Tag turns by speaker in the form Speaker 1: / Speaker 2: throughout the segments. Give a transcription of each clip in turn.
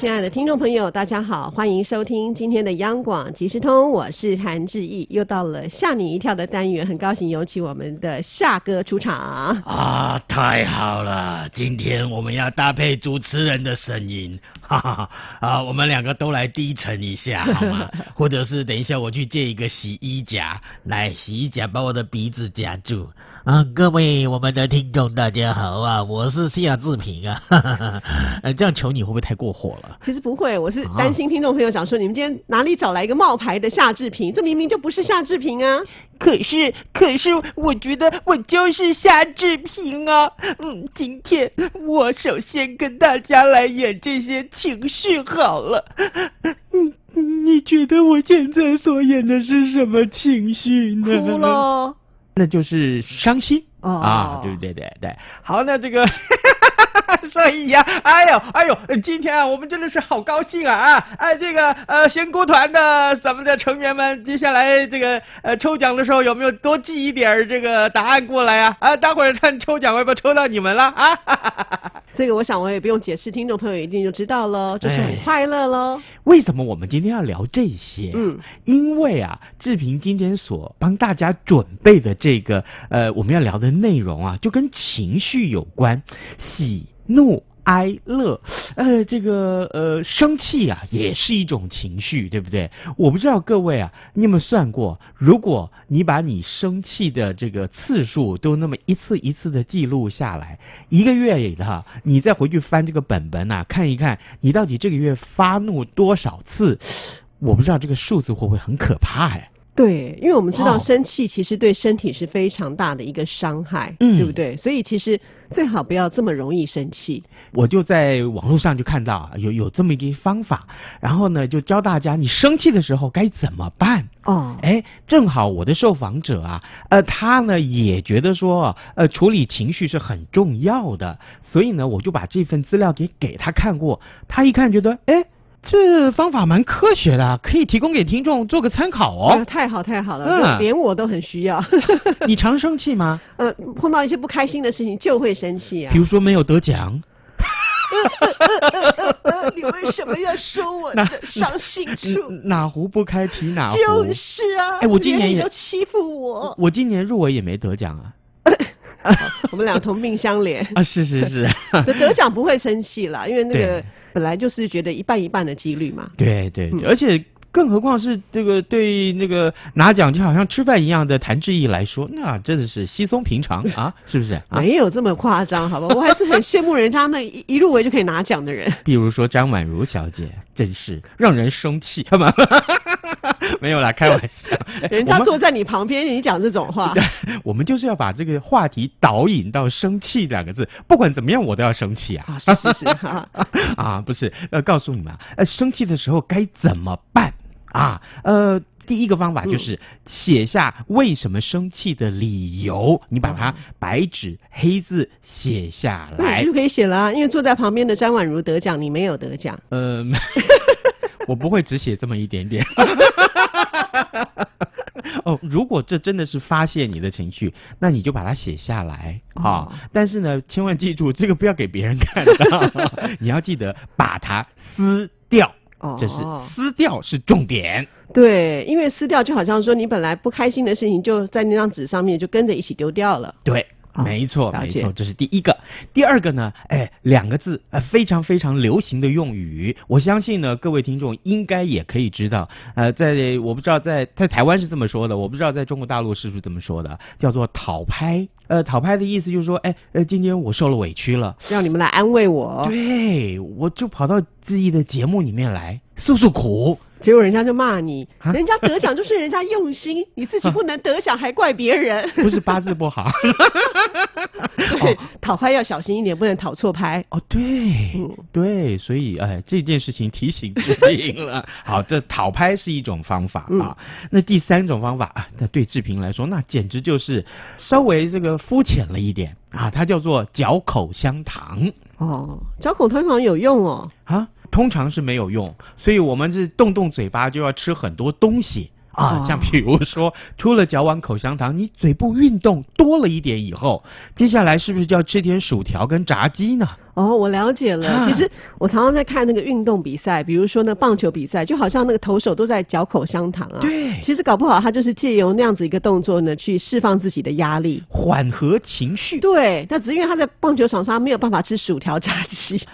Speaker 1: 亲爱的听众朋友，大家好，欢迎收听今天的央广即时通，我是谭志毅，又到了吓你一跳的单元，很高兴有请我们的夏哥出场。
Speaker 2: 啊，太好了！今天我们要搭配主持人的声音， 哈哈哈啊，我们两个都来低沉一下好吗？或者是等一下我去借一个洗衣夹，来洗衣夹把我的鼻子夹住。啊，各位我们的听众大家好啊，我是夏志平啊，哈哈哈呃，这样求你会不会太过火了？
Speaker 1: 其实不会，我是担心听众朋友想说，你们今天哪里找来一个冒牌的夏志平？这明明就不是夏志平 啊！
Speaker 3: 可是，可是，我觉得我就是夏志平啊。嗯，今天我首先跟大家来演这些情绪好了。嗯，你觉得我现在所演的是什么情绪呢？
Speaker 1: 哭喽！
Speaker 2: 那就是伤心、
Speaker 1: 哦
Speaker 2: 啊，对不对？对对。好，那 这个，所以呀、哎呦哎呦，呃今天啊，我们真的是好高兴啊啊！哎，这个呃，仙姑团的咱们的成员们，接下来这个呃抽奖的时候有没有多寄一点儿这个答案过来啊？啊，待会儿看抽奖会不会抽到你们了啊？
Speaker 1: 这个我想我也不用解释，听众朋友一定就知道喽，就是很
Speaker 2: 哎
Speaker 1: 快乐喽。
Speaker 2: 为什么我们今天要聊这些？
Speaker 1: 嗯，
Speaker 2: 因为啊，志平今天所帮大家准备的这个呃，我们要聊的内容啊，就跟情绪有关，喜怒。哀乐，呃，这个呃，生气啊，也是一种情绪，对不对？我不知道各位啊，你有没有算过，如果你把你生气的这个次数都那么一次一次的记录下来，一个月里的哈，你再回去翻这个本本呐、看一看你到底这个月发怒多少次，我不知道这个数字会不会很可怕哎、
Speaker 1: 对，因为我们知道
Speaker 2: 哇
Speaker 1: 生气其实对身体是非常大的一个伤害，
Speaker 2: 嗯
Speaker 1: 对不对？所以其实最好不要这么容易生气。
Speaker 2: 我就在网络上就看到啊有有这么一个方法，然后呢就教大家你生气的时候该怎么办。
Speaker 1: 哦，
Speaker 2: 哎，正好我的受访者啊，呃，他呢也觉得说，呃，处理情绪是很重要的，所以呢，我就把这份资料给给他看过，他一看觉得，哎，这方法蛮科学的啊，可以提供给听众做个参考
Speaker 1: 啊
Speaker 2: 哦。
Speaker 1: 太好太好了，
Speaker 2: 嗯
Speaker 1: 连我都很需要。
Speaker 2: 你常生气吗？
Speaker 1: 呃，碰到一些不开心的事情就会生气啊
Speaker 2: 比。如说没有得奖，
Speaker 3: 呃 你为什么要说我的伤心处？
Speaker 2: 嗯哪壶不开提哪壶。
Speaker 3: 就是啊，
Speaker 2: 哎我今年
Speaker 3: 连你
Speaker 2: 也
Speaker 3: 都欺负我。
Speaker 2: 我今年入围也没得奖啊。
Speaker 1: 我们俩同病相怜。
Speaker 2: 啊，是是 是。
Speaker 1: 得得奖不会生气啦，因为那个
Speaker 2: 对
Speaker 1: 本来就是觉得一半一半的几率嘛。
Speaker 2: 对对，
Speaker 1: 嗯
Speaker 2: 对而且更何况是这个对那个拿奖就好像吃饭一样的谭志毅来说，那真的是稀松平常 啊，是不是啊？
Speaker 1: 没有这么夸张，好吧？ 我还是很羡慕人家那一一入围就可以拿奖的人。
Speaker 2: 比如说张婉如小姐，真是让人生气， 好吗？没有啦，开玩笑。哎
Speaker 1: 人
Speaker 2: 我
Speaker 1: 家
Speaker 2: 们
Speaker 1: 坐在你旁边，你讲这种话，
Speaker 2: 我们就是要把这个话题导引到“生气”两个字，不管怎么样，我都要生气啊！
Speaker 1: 啊，是是是，哈、
Speaker 2: 啊，不是，呃，告诉你们啊，呃，生气的时候该怎么办啊？呃，第一个方法就是写下为什么生气的理由，你把它白纸黑字写下
Speaker 1: 那
Speaker 2: 来
Speaker 1: 你就。可以写了、啊，因为坐在旁边的张婉如得奖，你没有得奖。
Speaker 2: 呃， 我不会只写这么一点 点。哦，如果这真的是发泄你的情绪，那你就把它写下来啊、
Speaker 1: 哦
Speaker 2: 但是呢，千万记住，这个不要给别人看 到，你要记得把它撕掉。
Speaker 1: 哦
Speaker 2: 这是撕掉是重点。
Speaker 1: 对，因为撕掉就好像说你本来不开心的事情就在那张纸上面就跟着一起丢掉了。
Speaker 2: 对，
Speaker 1: 哦
Speaker 2: 没错，
Speaker 1: 了
Speaker 2: 没
Speaker 1: 解
Speaker 2: 错，这是第一个。第二个呢，哎，两个字，呃，非常非常流行的用语，我相信呢，各位听众应该也可以知道。呃，在我不知道在在台湾是这么说的，我不知道在中国大陆是不是这么说的，叫做讨拍。呃，讨拍的意思就是说，哎，呃，今天我受了委屈了，
Speaker 1: 让你们来安慰我，
Speaker 2: 对我就跑到志毅的节目里面来诉诉苦。
Speaker 1: 结果人家就骂你，
Speaker 2: 啊
Speaker 1: 人家得奖就是人家用心，你自己不能得奖还怪别人。
Speaker 2: 不是哦八字不 好，
Speaker 1: 对，讨拍要小心一点，不能讨错拍。
Speaker 2: 哦，对、
Speaker 1: 嗯
Speaker 2: 对，所以哎，这件事情提醒志平了。好，这讨拍是一种方法
Speaker 1: 嗯
Speaker 2: 啊。那第三种方法啊，那对志平来说，那简直就是稍微这个肤浅了一点啊，它叫做嚼口香糖。
Speaker 1: 哦，嚼口糖糖有用哦。
Speaker 2: 啊，通常是没有用，所以我们是动动嘴巴就要吃很多东西啊，
Speaker 1: 哦
Speaker 2: 像比如说，除了嚼完口香糖，你嘴部运动多了一点以后，接下来是不是就要吃点薯条跟炸鸡呢？
Speaker 1: 哦，我了解了。
Speaker 2: 啊
Speaker 1: 其实我常常在看那个运动比赛，比如说那棒球比赛，就好像那个投手都在嚼口香糖啊。
Speaker 2: 对
Speaker 1: 其实搞不好他就是借由那样子一个动作呢，去释放自己的压力。
Speaker 2: 缓和情绪。
Speaker 1: 对，那只是因为他在棒球场上没有办法吃薯条炸鸡，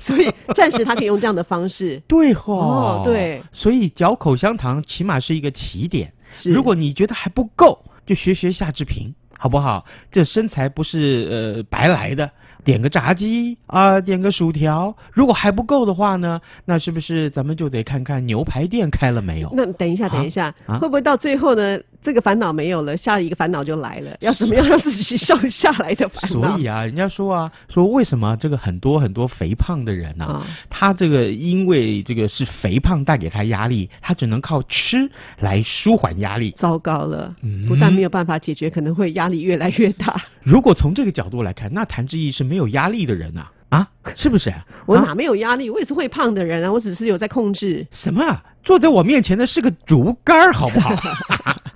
Speaker 1: 所以暂时他可以用这样的方式。
Speaker 2: 对
Speaker 1: 哦对
Speaker 2: 所以嚼口香糖起码是一个起点。
Speaker 1: 是
Speaker 2: 如果你觉得还不够，就学学夏志平，好不好？这身材不是呃白来的，点个炸鸡啊、点个薯条。如果还不够的话呢，那是不是咱们就得看看牛排店开了没有？
Speaker 1: 那等一下，等一下，
Speaker 2: 啊
Speaker 1: 会不会到最后呢？这个烦恼没有了，下一个烦恼就来了，要怎么样让自己瘦下来的烦恼？
Speaker 2: 所以啊，人家说啊，说为什么这个很多很多肥胖的人呢、
Speaker 1: 啊
Speaker 2: 他这个因为这个是肥胖带给他压力，他只能靠吃来舒缓压力。
Speaker 1: 糟糕了，
Speaker 2: 嗯
Speaker 1: 不但没有办法解决，可能会压力越来越大。
Speaker 2: 如果从这个角度来看，那谭志毅是没有压力的人呐、啊，是不是？
Speaker 1: 我
Speaker 2: 啊
Speaker 1: 哪没有压力？我也是会胖的人啊，我只是有在控制。
Speaker 2: 什么啊？坐在我面前的是个竹竿儿，好 不好？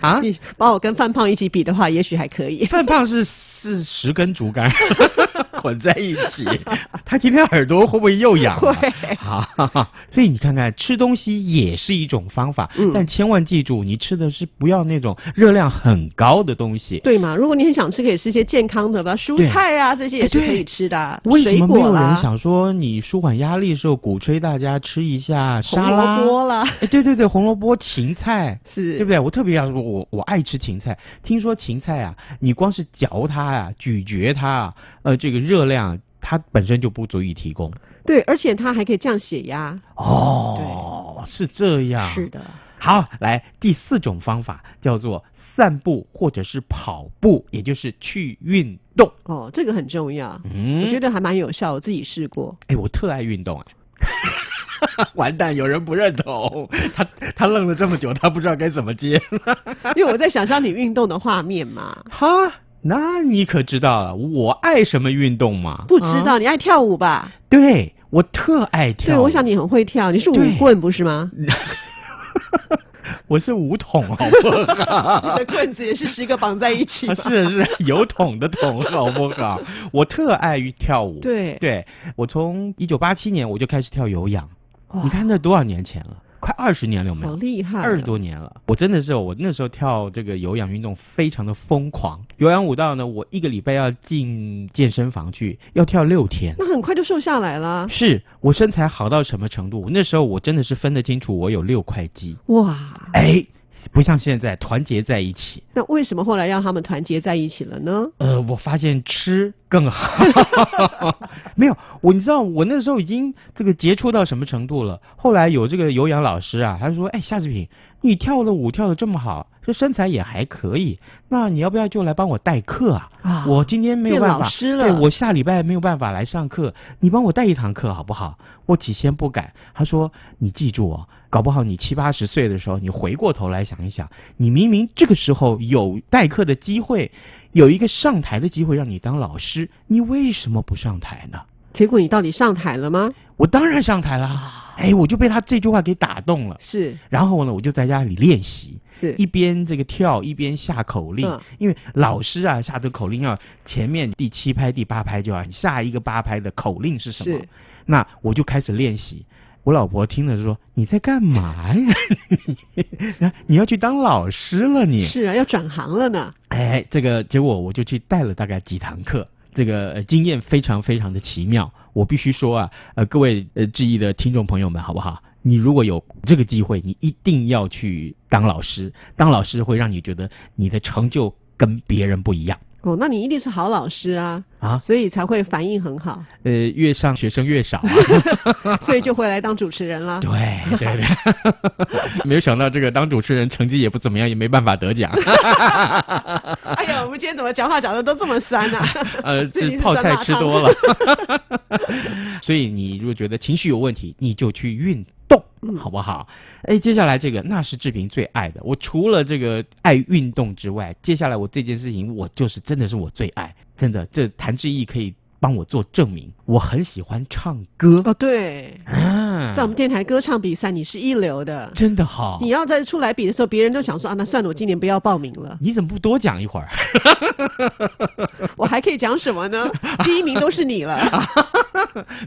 Speaker 2: 啊，
Speaker 1: 你把我跟范胖一起比的话，也许还可以。
Speaker 2: 范胖是是十根竹 竿儿捆在一起， 他今天耳朵会不会又痒、啊？
Speaker 1: 会
Speaker 2: 啊， 所以你看看，吃东西也是一种方法，
Speaker 1: 嗯
Speaker 2: 但千万记住，你吃的是不要那种热量很高的东西。
Speaker 1: 对嘛？如果你很想吃，可以吃一些健康的吧，蔬菜啊这些也是可以吃的啊。
Speaker 2: 哎为什么没
Speaker 1: 水
Speaker 2: 有
Speaker 1: 果啦
Speaker 2: 人想说你舒缓压力的时候鼓吹大家吃一下
Speaker 1: 红
Speaker 2: 沙拉？
Speaker 1: 萝卜啦？
Speaker 2: 哎，对对对，红萝卜、芹菜，
Speaker 1: 是，
Speaker 2: 对不对？我特别要说，我我爱吃芹菜。听说芹菜啊，你光是嚼它呀、咀嚼它啊，呃，这个热量它本身就不足以提供。
Speaker 1: 对？而且它还可以降血压。
Speaker 2: 哦，是这样。
Speaker 1: 是。的，
Speaker 2: 好，来第四种方法叫做散步或者是跑步，也就是去运动。
Speaker 1: 哦，这个很重要。
Speaker 2: 嗯
Speaker 1: 我觉得还蛮有效，我自己试过。
Speaker 2: 哎，我特爱运动哎。 完蛋，有人不认同，他他愣了这么久，他不知道该怎么接。
Speaker 1: 因为我在想象你运动的画面
Speaker 2: 啊
Speaker 1: 嘛。
Speaker 2: 哈，那你可知道了，我爱什么运动吗？
Speaker 1: 不知道、你爱跳舞吧？
Speaker 2: 对，我特爱跳。
Speaker 1: 对，我想，你很会跳，你是
Speaker 2: 对
Speaker 1: 舞棍不是吗？
Speaker 2: 我是五桶，好不好？
Speaker 1: 你的棍子也 是十个绑在一起
Speaker 2: 啊
Speaker 1: 吗。
Speaker 2: 是是有桶的桶，好不 好？我特爱跳舞。
Speaker 1: 对
Speaker 2: 对，我从一九八七年我就开始跳有氧，
Speaker 1: 哇
Speaker 2: 你看那多少年前了？快二十年了有没
Speaker 1: 好
Speaker 2: 有？
Speaker 1: 厉害哦、
Speaker 2: 二十多年了，我真的是我那时候跳这个有氧运动非常的疯狂。有氧舞蹈呢，我一个礼拜要进健身房去，要跳六天。
Speaker 1: 那很快就瘦下来了。
Speaker 2: 是我身材好到什么程度？那时候我真的是分得清楚，我有六块肌。
Speaker 1: 哇，
Speaker 2: 哎，不像现在团结在一起。
Speaker 1: 那为什么后来让他们团结在一起了呢？
Speaker 2: 呃，我发现吃更好， 没有我，你知道我那时候已经这个杰出到什么程度了？后来有这个有氧老师啊，他说：“哎，夏志平，你跳的舞跳的这么好，这身材也还可以，那你要不要就来帮我代课啊？
Speaker 1: 啊
Speaker 2: 我今天没有
Speaker 1: 变
Speaker 2: 办
Speaker 1: 老
Speaker 2: 法，
Speaker 1: 师
Speaker 2: 对
Speaker 1: 了
Speaker 2: 我下礼拜没有办法来上课，你帮我代一堂课好不好？我起先不敢，他说：你记住哦，搞不好你七八十岁的时候，你回过头来想一想，你明明这个时候有代课的机会，有一个上台的机会让你当老师，你为什么不上台呢？
Speaker 1: 结果你到底上台了吗？
Speaker 2: 我当然上台
Speaker 1: 啊
Speaker 2: 啦，哎，我就被他这句话给打动了。
Speaker 1: 是
Speaker 2: 然后呢，我就在家里练习，
Speaker 1: 是
Speaker 2: 一边这个跳一边下口令，
Speaker 1: 嗯
Speaker 2: 因为老师啊下这口令要前面第七拍、第八拍就要下一个八拍的口令是什么
Speaker 1: 是？
Speaker 2: 那我就开始练习。我老婆听了说：“你在干嘛呀？ 你 你要去当老师了你？”
Speaker 1: 是啊，要转行了呢。
Speaker 2: 哎，这个结果我就去带了大概几堂课，这个、呃经验非常非常的奇妙。我必须说啊，呃，各位呃质疑的听众朋友们，好不好？你如果有这个机会，你一定要去当老师。当老师会让你觉得你的成就跟别人不一样
Speaker 1: 哦，那你一定是好老师啊，
Speaker 2: 啊。
Speaker 1: 所以才会反应很 好，
Speaker 2: 呃，越上学生越少、啊。
Speaker 1: 所以就回来当主持人啦。
Speaker 2: 对对对， 没有想到这个当主持人成绩也不怎么样，也没办法得奖。？
Speaker 1: 哎呀，我们今天怎么讲话讲的都这么酸呢、啊
Speaker 2: 呃，
Speaker 1: 最
Speaker 2: 这
Speaker 1: 近
Speaker 2: 泡
Speaker 1: 酸
Speaker 2: 菜
Speaker 1: 辣
Speaker 2: 吃
Speaker 1: 汤
Speaker 2: 多了。， 所以你如果觉得情绪有问题，你就去运动，
Speaker 1: 嗯
Speaker 2: 好不好？哎，接下来这个那是志平最爱的。我除了这个爱运动之外，接下来我这件事情，我就是真的是我最爱，真的这谭志毅可以帮我做证明，我很喜欢唱歌
Speaker 1: 哦，对，
Speaker 2: 啊
Speaker 1: 在我们电台歌唱比赛你是一流的，
Speaker 2: 真的好。
Speaker 1: 嗯你。要再出来比的时候，别人都想说啊，那算了，我今年不要报名了
Speaker 2: 你怎么不多讲一会儿？
Speaker 1: 我还可以讲什么呢？第一名都是 你了。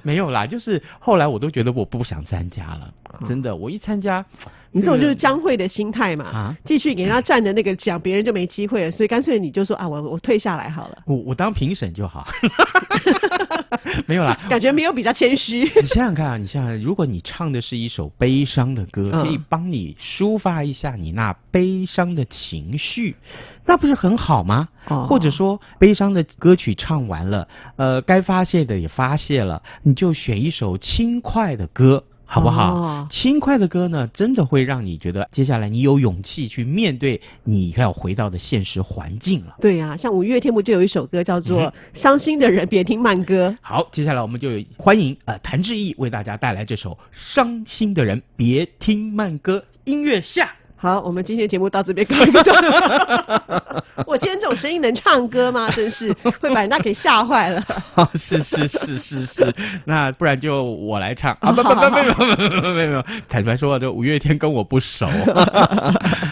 Speaker 2: 没有啦，就是后来我都觉得我不想参加了，真的，我一参加，
Speaker 1: 嗯你这
Speaker 2: 这
Speaker 1: 种
Speaker 2: 个
Speaker 1: 就是江慧的心态嘛
Speaker 2: 啊，
Speaker 1: 继续给人家占的那个奖，别人就没机会了，所以干脆你就说啊，我我退下来好了，
Speaker 2: 我我当评审就好， 没有啦。
Speaker 1: 感觉没有比较谦虚。
Speaker 2: 你想想看啊，你想想，如果你唱的是一首悲伤的歌，
Speaker 1: 嗯
Speaker 2: 可以帮你抒发一下你那悲伤的情绪，那不是很好吗？
Speaker 1: 哦
Speaker 2: 或者说，悲伤的歌曲唱完了，呃，该发泄的也发泄了，你就选一首轻快的歌。好不好？
Speaker 1: 哦
Speaker 2: 轻快的歌呢，真的会让你觉得接下来你有勇气去面对你要回到的现实环境了。
Speaker 1: 对呀、像五月天不就有一首歌叫做
Speaker 2: 嗯
Speaker 1: 《伤心的人别听慢歌
Speaker 2: 好，接下来我们就有欢迎呃谭志毅为大家带来这首《伤心的人别听慢歌》音乐下。》。
Speaker 1: 好，我们今天节目到这边告一个段 落。我今天这种声音能唱歌吗？真是会把人家给吓坏了。
Speaker 2: 好，是是是是是，那不然就我来唱啊！不不不不不不不不不，坦白说，这五月天跟我不熟。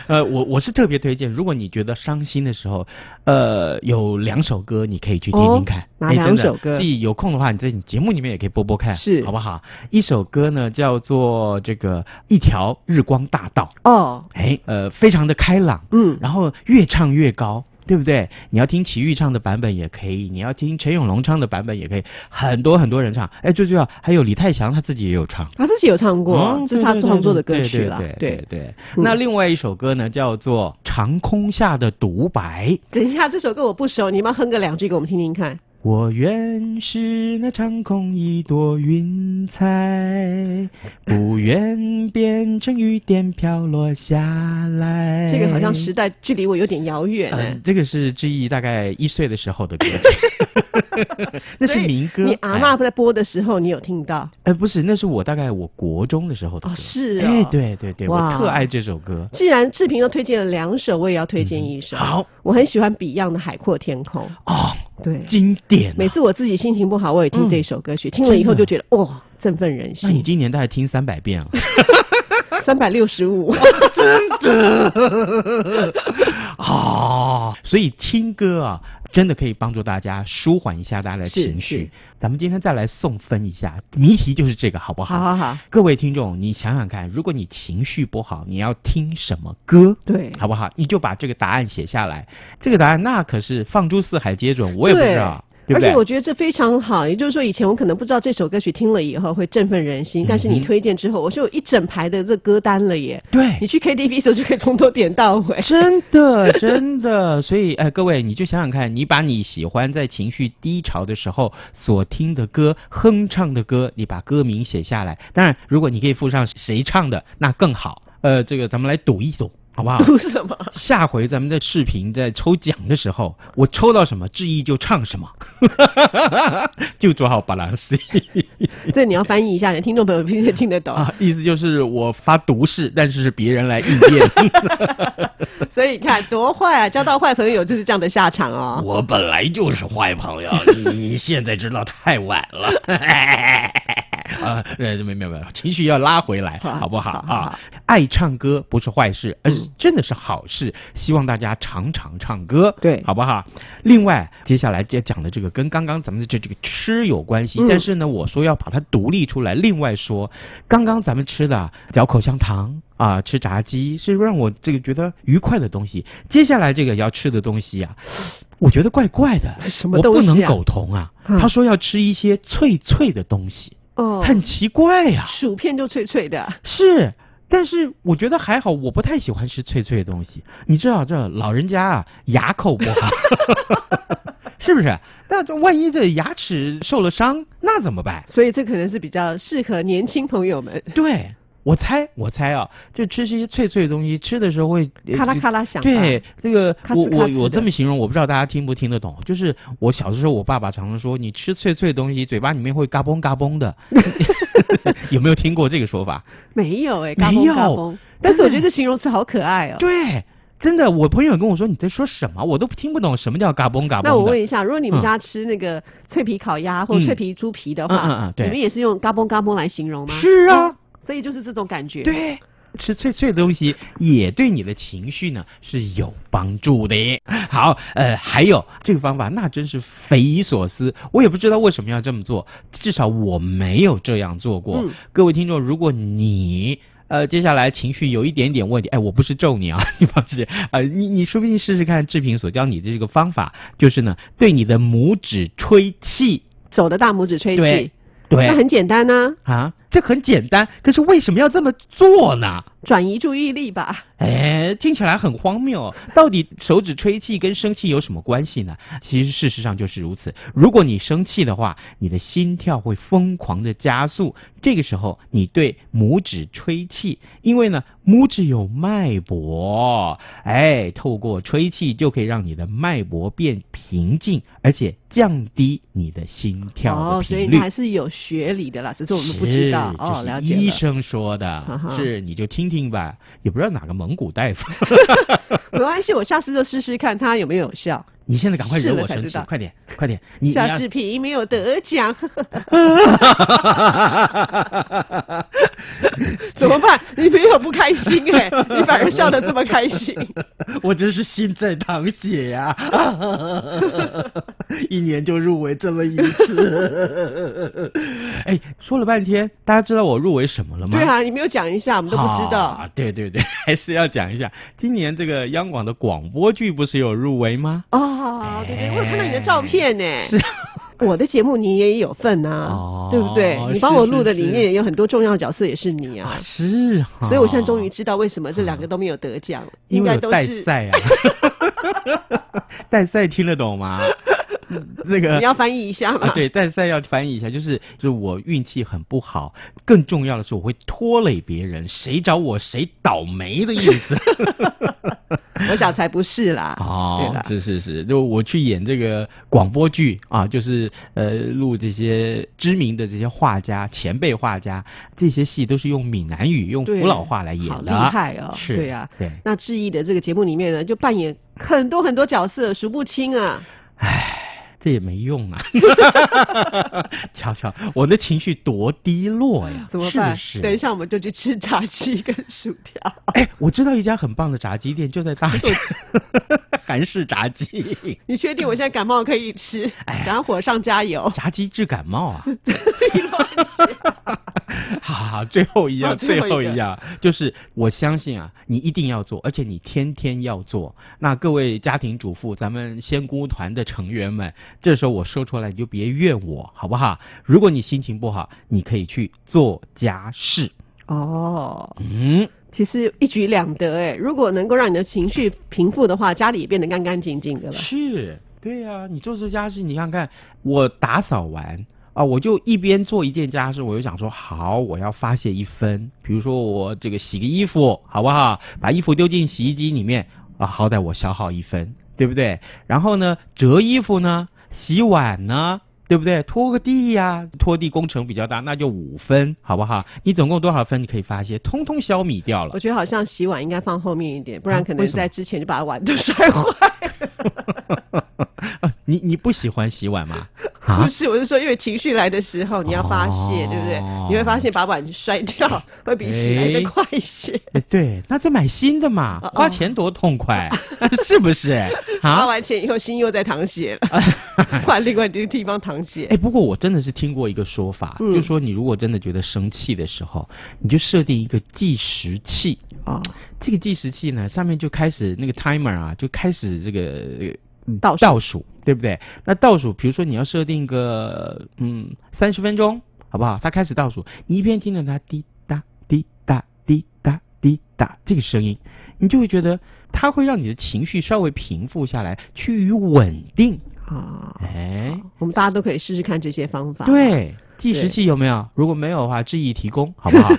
Speaker 2: 呃，我我是特别推荐，如果你觉得伤心的时候，呃，有两首歌你可以去听听看。
Speaker 1: 哦哪
Speaker 2: 哎真
Speaker 1: 两
Speaker 2: 的
Speaker 1: 首歌
Speaker 2: 自己有空的话，你在你节目里面也可以播播看，
Speaker 1: 是
Speaker 2: 好不好？一首歌呢叫做这个《一条日光大道》，
Speaker 1: 哦，
Speaker 2: 哎，呃，非常的开朗，
Speaker 1: 嗯，
Speaker 2: 然后越唱越高，对不对？你要听齐豫唱的版本也可以，你要听陈永龙唱的版本也可以，很多很多人唱。哎，最重要还有李泰祥他自己也有唱。
Speaker 1: 他自己有唱过，
Speaker 2: 嗯
Speaker 1: 这是他
Speaker 2: 对对对
Speaker 1: 创作的歌
Speaker 2: 对
Speaker 1: 曲啦。
Speaker 2: 对对对对。
Speaker 1: 嗯
Speaker 2: 那另外一首歌呢，叫做《长空下的独白》。
Speaker 1: 等一下，这首歌我不熟，你们哼个两句给我们听听看。
Speaker 2: 我愿是那长空一朵云彩，不愿变成雨点飘落下来。
Speaker 1: 这个好像时代距离我有点遥远、
Speaker 2: 嗯，
Speaker 1: 欸。
Speaker 2: 这个是志毅大概一岁的时 候的歌曲， 那是民歌。
Speaker 1: 你阿
Speaker 2: 哎
Speaker 1: 嬷在播的时候，你有听到？
Speaker 2: 哎，不是，那是我大概我国中的时候的歌。
Speaker 1: 哦是哦
Speaker 2: 哎，对对对，我
Speaker 1: 哇
Speaker 2: 特爱这首歌。
Speaker 1: 既然志平都推荐了两首，我也要推荐一首。
Speaker 2: 嗯好，
Speaker 1: 我很喜欢 Beyond 的《海阔天空》。
Speaker 2: 哦，
Speaker 1: 对，
Speaker 2: 经典、啊。
Speaker 1: 每次我自己心情不好，我也听这首歌曲，听了以后就觉得哇、振奋人
Speaker 2: 嗯那你
Speaker 1: 心。
Speaker 2: 今年大概听三百遍了。
Speaker 1: 三百六十五，
Speaker 2: 哦，所以听歌啊，真的可以帮助大家舒缓一下大家的
Speaker 1: 是
Speaker 2: 情
Speaker 1: 是
Speaker 2: 绪。咱们今天再来送分一下，谜题就是这个，好不
Speaker 1: 好好好，
Speaker 2: 各位听众，你想想看，如果你情绪不好，你要听什么歌？
Speaker 1: 对
Speaker 2: 好不好？你就把这个答案写下来。这个答案那可是放诸四海皆准，我也不知道，对
Speaker 1: 而
Speaker 2: 不对？
Speaker 1: 且我觉得这非常好，也就是说，以前我可能不知道这首歌曲听了以后会振奋人
Speaker 2: 嗯
Speaker 1: 心，但是你推荐之后，我就有一整排的这歌单了耶。你
Speaker 2: 对，
Speaker 1: 去 KTV 的时候就可以从头点到尾。
Speaker 2: 真的真的，所以哎、各位你就想想看，你把你喜欢在情绪低潮的时候所听的歌、哼唱的歌，你把歌名写下来。当然，如果你可以附上谁唱的，那更好。呃，这个咱们来赌一赌，好不好？
Speaker 1: 读什 么？
Speaker 2: 下回咱们的视频在抽奖的时候，我抽到什么，志毅就唱什么， 就做好巴兰西
Speaker 1: 这你要翻译一下，你的听众朋友必须听得懂。
Speaker 2: 啊，意思就是我发毒誓，但是是别人来应验，
Speaker 1: 所以你看多坏啊，交到坏朋友就是这样的下场哦。
Speaker 2: 我本来就是坏朋友，你你现在知道太晚了。啊，呃，没没没，情绪要拉回来，
Speaker 1: 好
Speaker 2: 好不好
Speaker 1: 好好嗯
Speaker 2: 啊？爱唱歌不是坏事，而是真的是好事。希望大家常常唱歌，
Speaker 1: 对
Speaker 2: 好不好？另外，接下来要讲的这个跟刚刚咱们的这这个吃有关系
Speaker 1: 嗯，
Speaker 2: 但是呢，我说要把它独立出来。另外说，刚刚咱们吃的嚼口香糖啊，吃炸鸡是让我这个觉得愉快的东西。接下来这个要吃的东西啊，我觉得怪怪的，
Speaker 1: 什么东西啊
Speaker 2: 我不能苟同啊。
Speaker 1: 嗯
Speaker 2: 他说要吃一些脆脆的东西，
Speaker 1: 哦，
Speaker 2: 很奇怪呀、
Speaker 1: 薯片就脆脆的，
Speaker 2: 是，但是我觉得还好，我不太喜欢吃脆脆的东西。你知道，这老人家啊，牙口不 好，是不是？那这万一这牙齿受了伤，那怎么办？
Speaker 1: 所以这可能是比较适合年轻朋友们，
Speaker 2: 对。我猜，我猜啊，就吃这些脆脆的东西，吃的时候会呃
Speaker 1: 咔啦咔啦响。
Speaker 2: 对，这个
Speaker 1: 咔哧
Speaker 2: 我
Speaker 1: 咔
Speaker 2: 我
Speaker 1: 哧
Speaker 2: 我
Speaker 1: 的
Speaker 2: 这么形容，我不知道大家听不听得懂。就是我小的时候，我爸爸常常说，你吃脆脆的东西，嘴巴里面会嘎嘣嘎嘣的。 有没有听过这个说法？
Speaker 1: 没有哎、嘎
Speaker 2: 没
Speaker 1: 嘣
Speaker 2: 有
Speaker 1: 嘎嘣。但是我觉得这形容词好可爱哦、
Speaker 2: 对，真的，我朋友跟我说你在说什么，我都听不懂什么叫嘎嘣嘎嘣的。
Speaker 1: 那我问一下，如果你们家吃那个脆皮烤鸭或
Speaker 2: 嗯
Speaker 1: 脆皮猪皮的
Speaker 2: 嗯嗯
Speaker 1: 话
Speaker 2: 嗯，对
Speaker 1: 你们也是用嘎嘣嘎嘣来形容吗？
Speaker 2: 是啊
Speaker 1: 哦，所以就是这种感觉。，
Speaker 2: 对，吃脆脆的东西也对你的情绪呢是有帮助的耶。好，呃，还有这个方法那真是匪夷所思，我也不知道为什么要这么做，至少我没有这样做过。
Speaker 1: 嗯
Speaker 2: 各位听众，如果你。呃，接下来情绪有一点点问题，哎，我不是咒你啊，你放心，呃，你你说不定试试看志平所教你的这个方法，就是呢，对你的拇指吹气，
Speaker 1: 手的大拇指吹
Speaker 2: 对
Speaker 1: 气，
Speaker 2: 对
Speaker 1: 那很简单呢，
Speaker 2: 啊，这很简单，可是为什么要这么做呢？
Speaker 1: 转移注意力吧。
Speaker 2: 哎，听起来很荒谬。哦到底手指吹气跟生气有什么关系呢？其实事实上就是如此。如果你生气的话，你的心跳会疯狂的加速，这个时候你对拇指吹气，因为呢，拇指有脉搏，哎，透过吹气就可以让你的脉搏变平静，而且降低你的心跳的
Speaker 1: 哦，所以
Speaker 2: 频
Speaker 1: 你
Speaker 2: 率。
Speaker 1: 还是有学理的啦，只是我们不
Speaker 2: 是
Speaker 1: 知道。
Speaker 2: 这
Speaker 1: 哦，
Speaker 2: 是
Speaker 1: 了解
Speaker 2: 医
Speaker 1: 了。
Speaker 2: 生说
Speaker 1: 哈
Speaker 2: 的
Speaker 1: 哈，
Speaker 2: 是你就听听吧，也不知道哪个蒙古大夫。
Speaker 1: 没关系，我下次就试试看它有没有效。
Speaker 2: 你现在赶快
Speaker 1: 试
Speaker 2: 惹
Speaker 1: 了
Speaker 2: 我
Speaker 1: 才
Speaker 2: 生
Speaker 1: 知
Speaker 2: 气
Speaker 1: 道，
Speaker 2: 快点，快点，你你
Speaker 1: 夏
Speaker 2: 要
Speaker 1: 志平没有得 奖，怎么办？你没有不开心 哎、你反而笑得这么开心。
Speaker 2: 我真是心在淌 血呀、 一年就入围这么一次。 哎，说了半天，大家知道我入围什么了吗？
Speaker 1: 对啊，你没有讲一下，我们都不知道。
Speaker 2: 啊。对对对， 还是要讲一下，今年这个央广的广播剧不是有入围吗？
Speaker 1: 哦，对对，我有看到你的照片呢、
Speaker 2: 是啊
Speaker 1: 我的节目你也有份啊，
Speaker 2: 哦
Speaker 1: 对不对？你帮
Speaker 2: 是
Speaker 1: 我
Speaker 2: 是
Speaker 1: 录的里
Speaker 2: 是
Speaker 1: 面也有很多重要角色，也是你啊。
Speaker 2: 啊，是啊。
Speaker 1: 所以我现在终于知道为什么这两个都没有得奖，应
Speaker 2: 因为
Speaker 1: 该
Speaker 2: 有
Speaker 1: 都
Speaker 2: 代
Speaker 1: 是
Speaker 2: 赛 啊，代赛听得懂吗？那个
Speaker 1: 你要翻译一下嘛。
Speaker 2: 啊，对，但再要翻译一下，就是就是我运气很不好，更重要的是我会拖累别人，谁找我谁倒霉的意 思。
Speaker 1: 我想才不是 啦。对
Speaker 2: 哦
Speaker 1: 啦，
Speaker 2: 是是是，就我去演这个广播剧啊，就是呃录这些知名的这些画家、前辈画家，这些戏都是用闽南语、用
Speaker 1: 对
Speaker 2: 古老话来演
Speaker 1: 好厉
Speaker 2: 的，
Speaker 1: 害哦！
Speaker 2: 是，
Speaker 1: 对啊，
Speaker 2: 对。
Speaker 1: 那志毅的这个节目里面呢，就扮演很多很多角色，数不清啊。
Speaker 2: 这也没用 啊！瞧瞧，我的情绪多低落呀，
Speaker 1: 怎么
Speaker 2: 是
Speaker 1: 办？
Speaker 2: 不是？
Speaker 1: 等一下我们就去吃炸鸡跟薯条。
Speaker 2: 哎，我知道一家很棒的炸鸡店，就在大山， 韩式炸鸡，
Speaker 1: 你确定我现在感冒可以吃？
Speaker 2: 哎呀
Speaker 1: 然后火上加油
Speaker 2: 。炸鸡治感冒啊！
Speaker 1: 你乱讲
Speaker 2: 好好好，最后一样，
Speaker 1: 哦最
Speaker 2: 最
Speaker 1: 后一个
Speaker 2: 后一样，就是我相信啊，你一定要做，而且你天天要做。那各位家庭主妇，咱们仙姑团的成员们，这时候我说出来，你就别怨我，好不好？如果你心情不好，你可以去做家事。
Speaker 1: 哦，
Speaker 2: 嗯，
Speaker 1: 其实一举两得哎。如果能够让你的情绪平复的话，家里也变得干干净净的了。
Speaker 2: 是，对呀、你做做家事，你看看，我打扫完啊，我就一边做一件家事，我就想说，好，我要发泄一分，比如说我这个洗个衣服，好不好？把衣服丢进洗衣机里面啊，好歹我消耗一分，对不对？然后呢，折衣服呢，洗碗呢。对不对？拖个地呀、拖地工程比较大，那就五分，好不好？你总共多少分？你可以发泄，通通消弭掉了
Speaker 1: 我。觉得好像洗碗应该放后面一点，不然
Speaker 2: 啊
Speaker 1: 可能
Speaker 2: 为什么
Speaker 1: 在之前就把碗都摔坏。
Speaker 2: 啊 你你不喜欢洗碗吗？啊
Speaker 1: 不，是，我是说，因为情绪来的时候，你要发泄，
Speaker 2: 哦
Speaker 1: 对不对？你会发现把碗摔 掉会比洗来的快一些。
Speaker 2: 哎，对，那再买新的嘛，
Speaker 1: 哦哦
Speaker 2: 花钱多痛快， 是 不是？
Speaker 1: 花
Speaker 2: 啊，
Speaker 1: 完钱以后，心又在淌 血了，换另外一个地方淌血。
Speaker 2: 哎，不过我真的是听过一个说法，
Speaker 1: 嗯
Speaker 2: 就说你如果真的觉得生气的时候，你就设定一个计时器，
Speaker 1: 哦，
Speaker 2: 这个计时器呢，上面就开始那个 timer 啊，就开始这个呃
Speaker 1: 倒数
Speaker 2: 倒数，对不对？那倒数，比如说你要设定个嗯三十分钟，好不好？它开始倒数，你一边听着它滴答滴答滴答滴答这个声音，你就会觉得它会让你的情绪稍微平复下来，趋于稳定。
Speaker 1: 啊，
Speaker 2: 哎，
Speaker 1: 我们大家都可以试试看这些方法。，
Speaker 2: 对，计时器有没有？如果没有的话，志毅提供，好 不好？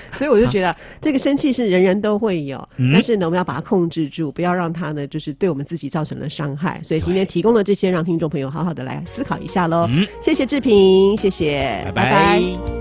Speaker 1: 所以我就觉得这个生气是人人都会有，
Speaker 2: 嗯
Speaker 1: 但是呢，我们要把它控制住，不要让它呢就是对我们自己造成了伤害。所以今天
Speaker 2: 对
Speaker 1: 提供了这些，让听众朋友好好的来思考一下喽。
Speaker 2: 嗯，
Speaker 1: 谢谢志平，谢谢，
Speaker 2: 拜
Speaker 1: 拜拜
Speaker 2: 拜